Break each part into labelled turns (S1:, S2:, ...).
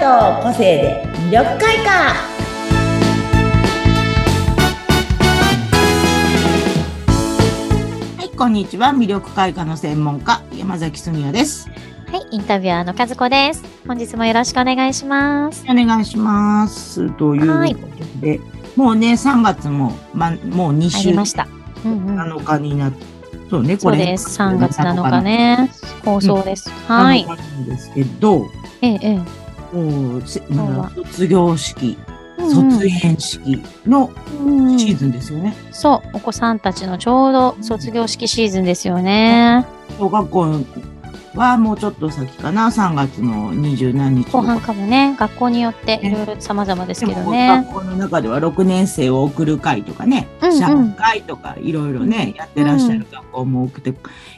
S1: の個性で魅力開花はいこんにちは魅力開花の専門家山崎すみやです
S2: はい、インタビュアーの和子です。本日もよろしくお願いします。
S1: お願いしますということで、もうね3月も、ま、もう2
S2: あ
S1: 週
S2: りました。うんうん。
S1: 7日になってそうねこ
S2: そう
S1: れ
S2: です。3月7日ね。放送です。は
S1: 7
S2: い
S1: 日。なんですけど、
S2: ええ、ええ。
S1: もうせ
S2: 今日
S1: ま
S2: は
S1: だ卒業式、
S2: うん
S1: 卒園式の
S2: うん
S1: シーズンですよね。
S2: そう、お子さんたちのちょうど卒業式シーズンですよね。
S1: 小学校はもうちょっと先かな、3月の20何日
S2: 後半かもね、学校によっていろいろ様々です
S1: で
S2: け
S1: も
S2: どね。
S1: 学校の中では6年生を送る会とかね、
S2: うんうん
S1: 社会とかいろいろね、やってらっしゃる学校も多くて、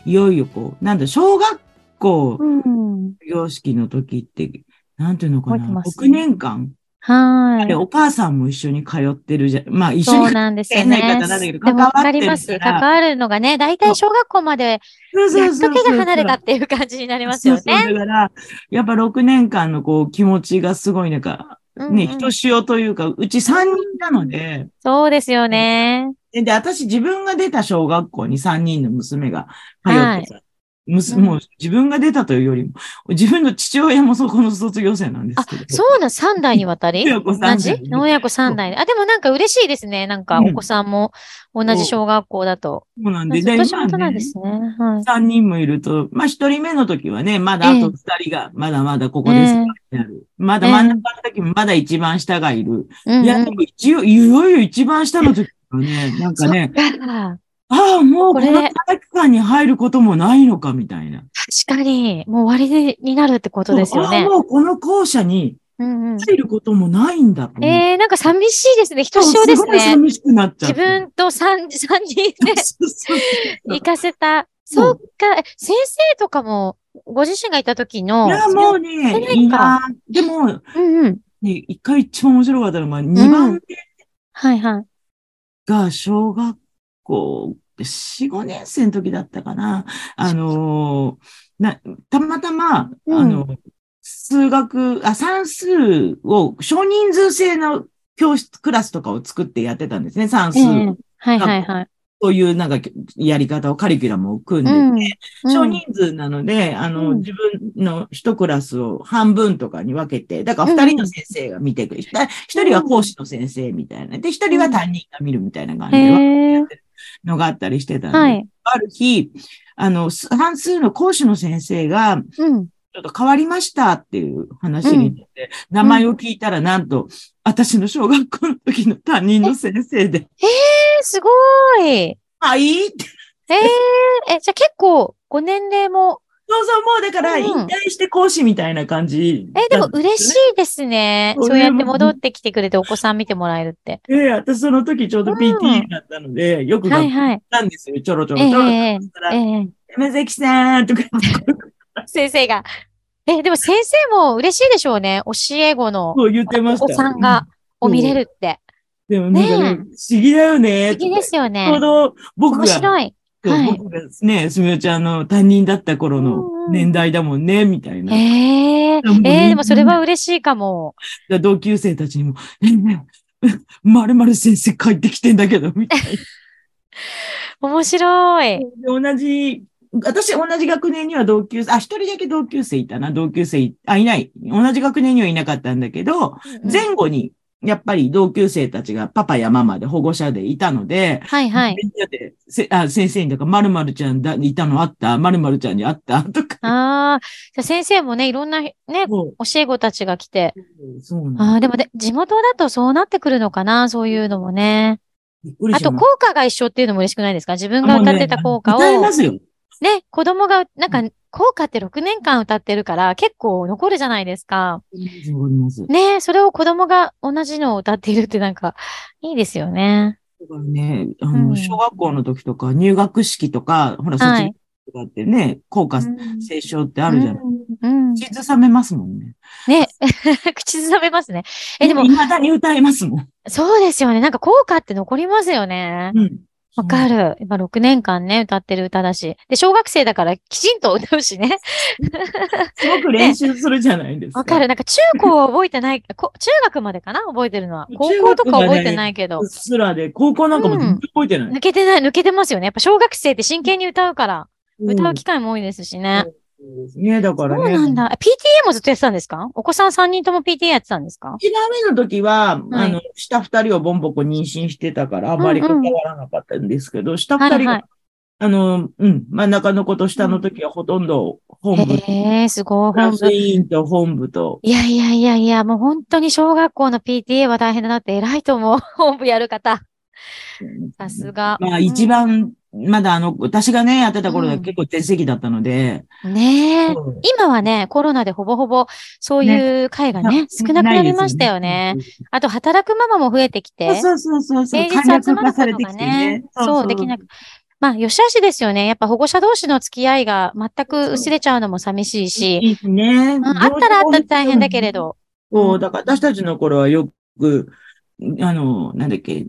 S1: いよいよこう、なんだ、小学校
S2: うん。
S1: 卒業式の時って、なんていうのか
S2: 覚えて
S1: な、
S2: ます
S1: 6年間、あれ
S2: は
S1: お母さんも一緒に通ってるじゃ、まあ
S2: い。
S1: 一緒に
S2: そう
S1: 通っ
S2: なんです
S1: て
S2: よ
S1: んない言い
S2: ね。
S1: 方なんだけど、
S2: で
S1: 関
S2: も
S1: わ
S2: わ
S1: っ
S2: か
S1: て
S2: り
S1: る
S2: ます。
S1: から
S2: 関わるのがね、大体小学校まで、
S1: そう
S2: や
S1: そ
S2: っ
S1: うそ
S2: と
S1: う
S2: 手
S1: そう
S2: が離れたっていう感じになりますよ
S1: そうそう
S2: ね。
S1: そうだから、やっぱ6年間のこう気持ちがすごいなんか、ね、
S2: うんう
S1: ひ
S2: ん
S1: としおというか、うち3人なので、
S2: そうですよね。
S1: で、で私自分が出た小学校に3人の娘が通ってた。娘
S2: うん
S1: もう自分が出たというよりも、自分の父親もそこの卒業生なんです
S2: あ
S1: けど。、
S2: そうなん、三代にわたり
S1: 親子
S2: 同
S1: 三
S2: じ
S1: 代
S2: 親子三代。あ、でもなんか嬉しいですね。なんか
S1: うん
S2: お子さんも同じ小学校だと。
S1: そうなん
S2: ず
S1: で。
S2: っと仕
S1: まあ
S2: 事なんで
S1: ね
S2: すね。はい。
S1: 三人もいると、まあ一人目の時はね、まだあ
S2: ええ
S1: と二人が、まだまだここですってなる。まだ真ん中の時もまだ一番下がいる。
S2: うん
S1: いや、
S2: う
S1: で
S2: ん
S1: も一応、いよいよ一番下の時はね、なんかね、
S2: そっか
S1: ああ、もうこ
S2: こ
S1: の
S2: れ
S1: 体育館に入ることもないのかみたいな。
S2: 確かに、もう終わりになるってことですよ
S1: ああ
S2: ね。
S1: もうこの校舎に
S2: うんうん
S1: 入ることもないんだと思って。
S2: えー、なんか寂しいですね。ひとしおです
S1: すごい
S2: ね。
S1: 寂しくなっちゃっ
S2: 自
S1: て。
S2: 分と三 三人で
S1: そうそうそう
S2: 行かせた。
S1: そ
S2: そうっか、え先生とかも、ご自身がいた時の、
S1: いや、もう
S2: そ
S1: ね
S2: う、
S1: いいな。でも、ね、
S2: うんうん。
S1: 一回一番面白かったのが、二番目
S2: はいはい。
S1: が小学校4、5年生の時だったかな。あのーな、たまたま、
S2: うん
S1: あの、数学、あ、算数を少人数制の教室、クラスとかを作ってやってたんですね。算
S2: え
S1: 数。
S2: えはいはいはい。
S1: というなんかやり方を、カリキュラムを組んでて、
S2: うんうん
S1: 少人数なので、あの、
S2: うん
S1: 自分の一クラスを半分とかに分けて、だから二人の先生が見てくる。ひた一、人は講師の先生みたいな。で、一人は担任が見るみたいな感じで分
S2: へえ
S1: けてるのがあったりしてたんで、
S2: はい。
S1: ある日、あの、算数の講師の先生が、
S2: うん。
S1: ちょっと変わりましたっていう話になって、名前を聞いたら、なんと、私の小学校の時の担任の先生で、
S2: えーすごい。え
S1: はいって
S2: ーえ、じゃあ結構、ご年齢も。
S1: そうそう、もうだから、
S2: うん
S1: 引退して講師みたいな感じ、
S2: えーでも嬉しいですね。
S1: そう
S2: そ
S1: いう
S2: うやって戻ってきてくれてお子さん見てもらえるって。
S1: い。ええ、私その時ちょうど
S2: うん
S1: PT だったので、よく
S2: は
S1: 学
S2: い
S1: 校行っ
S2: はい。
S1: たんですよ、ちょろちょろ
S2: ええ
S1: ちょろちょろ。
S2: え
S1: そしたら
S2: ええ
S1: 山崎さんとか、
S2: え先生が。えーでも先生も嬉しいでしょうね。教え子の
S1: そう言ってま
S2: お
S1: した。
S2: 子さんが、を見れるって。
S1: うん。でもなんかね、不
S2: ねえ
S1: 思議だよね。
S2: 素敵ですよ
S1: ちょう
S2: ね。
S1: ど僕が、
S2: 面白い。
S1: そう
S2: はい
S1: 僕がね、すみおちゃんの担任だった頃
S2: うん
S1: の
S2: うん
S1: 年代だもんね、みたいな。
S2: ええ
S1: もうみんな
S2: ええでもそれは嬉しいかも。
S1: で同級生たちにも、ねえねえ、まるまる先生帰ってきてんだけど、みたいな。
S2: 面白い。
S1: で同じ、私同じ学年には同級生、あ、一人だけ同級生いたな、同級生い、あ、いない。同じ学年にはいなかったんだけど、前後に、やっぱり同級生たちがパパやママで保護者でいたので、
S2: はいはい。
S1: みんなで、せあ先生に、だから、まるまるちゃんだ、いたのあったまるまるちゃんにあったとか。
S2: ああ、じゃあ先生もね、いろんなね、教
S1: そう
S2: え子たちが来て。
S1: そうなん
S2: ああ、でもね、地元だとそうなってくるのかな、そういうのもね。
S1: びっくり
S2: あ
S1: し
S2: と、
S1: ま
S2: 効果が一緒っていうのも嬉しくないですか自分
S1: す
S2: が歌ってた効果を、
S1: あもうね歌いますよ。
S2: ね、子供が、なんか、効果って6年間歌ってるから、結構残るじゃないですか。
S1: 残ります。
S2: ね、それを子供が同じのを歌っているってなんか、いいですよね。
S1: だからね、あ
S2: う
S1: の、
S2: ん
S1: 小学校の時とか、入学式とか、ほら、
S2: は
S1: 卒業
S2: い
S1: とかってね、効果、
S2: うん
S1: 聖書ってあるじゃない。
S2: うん。
S1: 口ずさめますもんね。
S2: ね、 口ずさめますね。え、でも、
S1: 未だに歌えますもん。
S2: そうですよね。なんか効果って残りますよね。
S1: うん。
S2: わかる。今6年間ね、歌ってる歌だし。で、小学生だからきちんと歌うしね。
S1: すごく練習するじゃないですか。
S2: わかる。なんか中高は覚えてない、こ中学までかな覚えてるのは。高校とか覚えてないけど
S1: うっ。すらで、高校なんかも全然覚えてない。
S2: 抜けてない、抜けてますよね。やっぱ小学生って真剣に歌うから、
S1: うん
S2: 歌う機会も多いですしね。
S1: そうですね、だからね。
S2: そうなんだ。PTA もずっとやってたんですかお子さん3人とも PTA やってたんですか
S1: 一番目の時は、
S2: は
S1: あ
S2: い
S1: の、下二人をボンボコ妊娠してたから、あまり
S2: うんう
S1: 関
S2: ん
S1: わらなかったんですけど、下二人が、
S2: はいはい
S1: あの、うん、真ん中の子と下の時はほとんど本部、
S2: へえ、すごい。
S1: クラ
S2: 本
S1: ス
S2: 部。
S1: 委員と本部と、
S2: いやいやいやいや、もう本当に小学校の PTA は大変だなって偉いと思う。本部やる方。さすが。
S1: まあ一番、まだあの、私がね、やってた頃
S2: う
S1: は
S2: ん
S1: 結構全席だったので、
S2: うん。ねえ。
S1: うん
S2: 今はね、コロナでほぼほぼそういう会がね、少なくなりましたよね。。あと、働くママも増えてき
S1: そう
S2: て。
S1: そうそうそうそう。
S2: 平日
S1: 簡略
S2: 集ま
S1: 化
S2: るこ
S1: されて
S2: とが
S1: きて
S2: ね
S1: ね。。
S2: そう、できなく。まあ、よしあしですよね。やっぱ保護者同士の付き合いが全く薄れちゃうのも寂しいし、
S1: いいね。
S2: うんあったらあったら大変だけれど。
S1: そうう、
S2: ん
S1: だから私たちの頃はよく、あの、なんだっけ、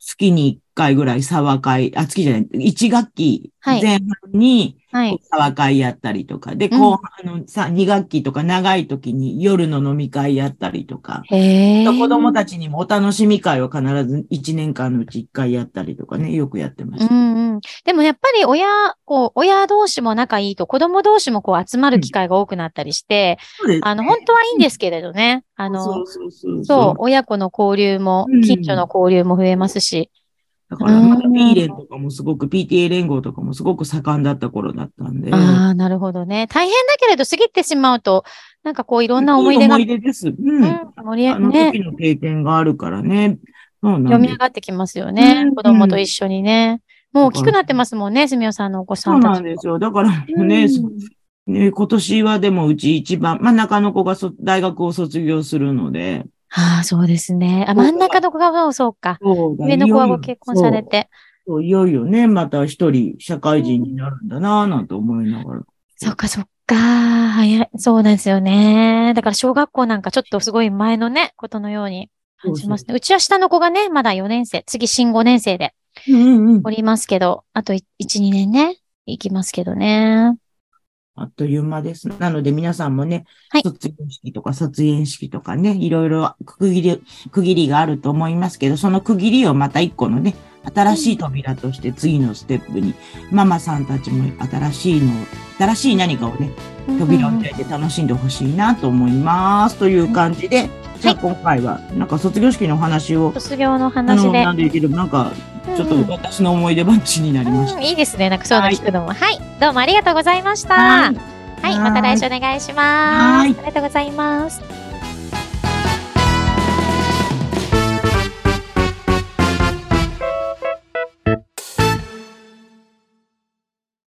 S1: 月に1回ぐらい沢会、あ、月じゃない、1学期
S2: はい
S1: 前半に
S2: はい。
S1: 沢会やったりとか、で、
S2: うん
S1: 後半のさ、2学期とか長い時に夜の飲み会やったりとか、
S2: へえ。
S1: 子供たちにもお楽しみ会を必ず1年間のうち1回やったりとかね、よくやってま
S2: う
S1: した。
S2: んうん。でもやっぱり親、こう、親同士も仲いいと、子供同士もこう集まる機会が多くなったりして、
S1: そうですね
S2: あの、本当はいいんですけれどね。あの、
S1: そうそうそう
S2: そう
S1: そ、
S2: 親子の交流も
S1: う、ん
S2: 近所の交流も増えますし、
S1: う。だから、まだ
S2: うん
S1: P 連とかもすごく、PTA 連合とかもすごく盛んだった頃だったんで。
S2: ああ、なるほどね。大変だけれど、過ぎてしまうと、なんかこう、いろんな思い出が、
S1: いい思い出です。う。
S2: うんん、盛り
S1: あ
S2: 上
S1: の
S2: がね
S1: 時、の経験があるからね。そうな
S2: 読
S1: ん
S2: み
S1: で
S2: 上
S1: す。
S2: がってきますよね。
S1: うん
S2: 子供と一緒にね。もう大きく
S1: だから
S2: なってますもんね、すみおさんのお子さ
S1: そうん
S2: た
S1: な
S2: ち
S1: ん
S2: も。
S1: ですよ。だから
S2: うん
S1: ね、そうね今年はでもうち一番、真ん中の子がそ大学を卒業するので、
S2: ああ、そうですね。あ、真ん中の子が、そうそうか。
S1: そうだ
S2: 上の子はい
S1: よい
S2: ご
S1: よ
S2: 結婚されて。
S1: そうそういよいよね、また一人社会人になるんだなぁなんて思いながら。
S2: そっかそっか。早い。そうなんですよね。だから小学校なんかちょっとすごい前のね、ことのように感じますね。うちは下の子がね、まだ4年生、次新5年生で
S1: うんうんうん
S2: お。りますけど、あと1、2年ね、行きますけどね。
S1: あっという間です。なので皆さんもね、
S2: はい
S1: 卒業式とか卒園式とかね、いろいろ区切り、区切りがあると思いますけど、その区切りをまた一個のね、新しい扉として次のステップに、ママさんたちも新しいのを、新しい何かをね、扉を
S2: うんうんうん
S1: 開いて楽しんでほしいなと思います。という感じで、じゃあ今回は、なんか卒業式のお話を、
S2: 卒業の
S1: あ
S2: 話
S1: の、
S2: で
S1: な。んでいけど、なんか、ちょっ
S2: うんうん
S1: と私の思い出話になりまし
S2: う
S1: た。
S2: んいいですね。なんかそういうの聞くのも。はい。どうもありがとうございました。
S1: は
S2: はいい。また来週お願いし
S1: は
S2: ま
S1: い
S2: す。ありがとうございます。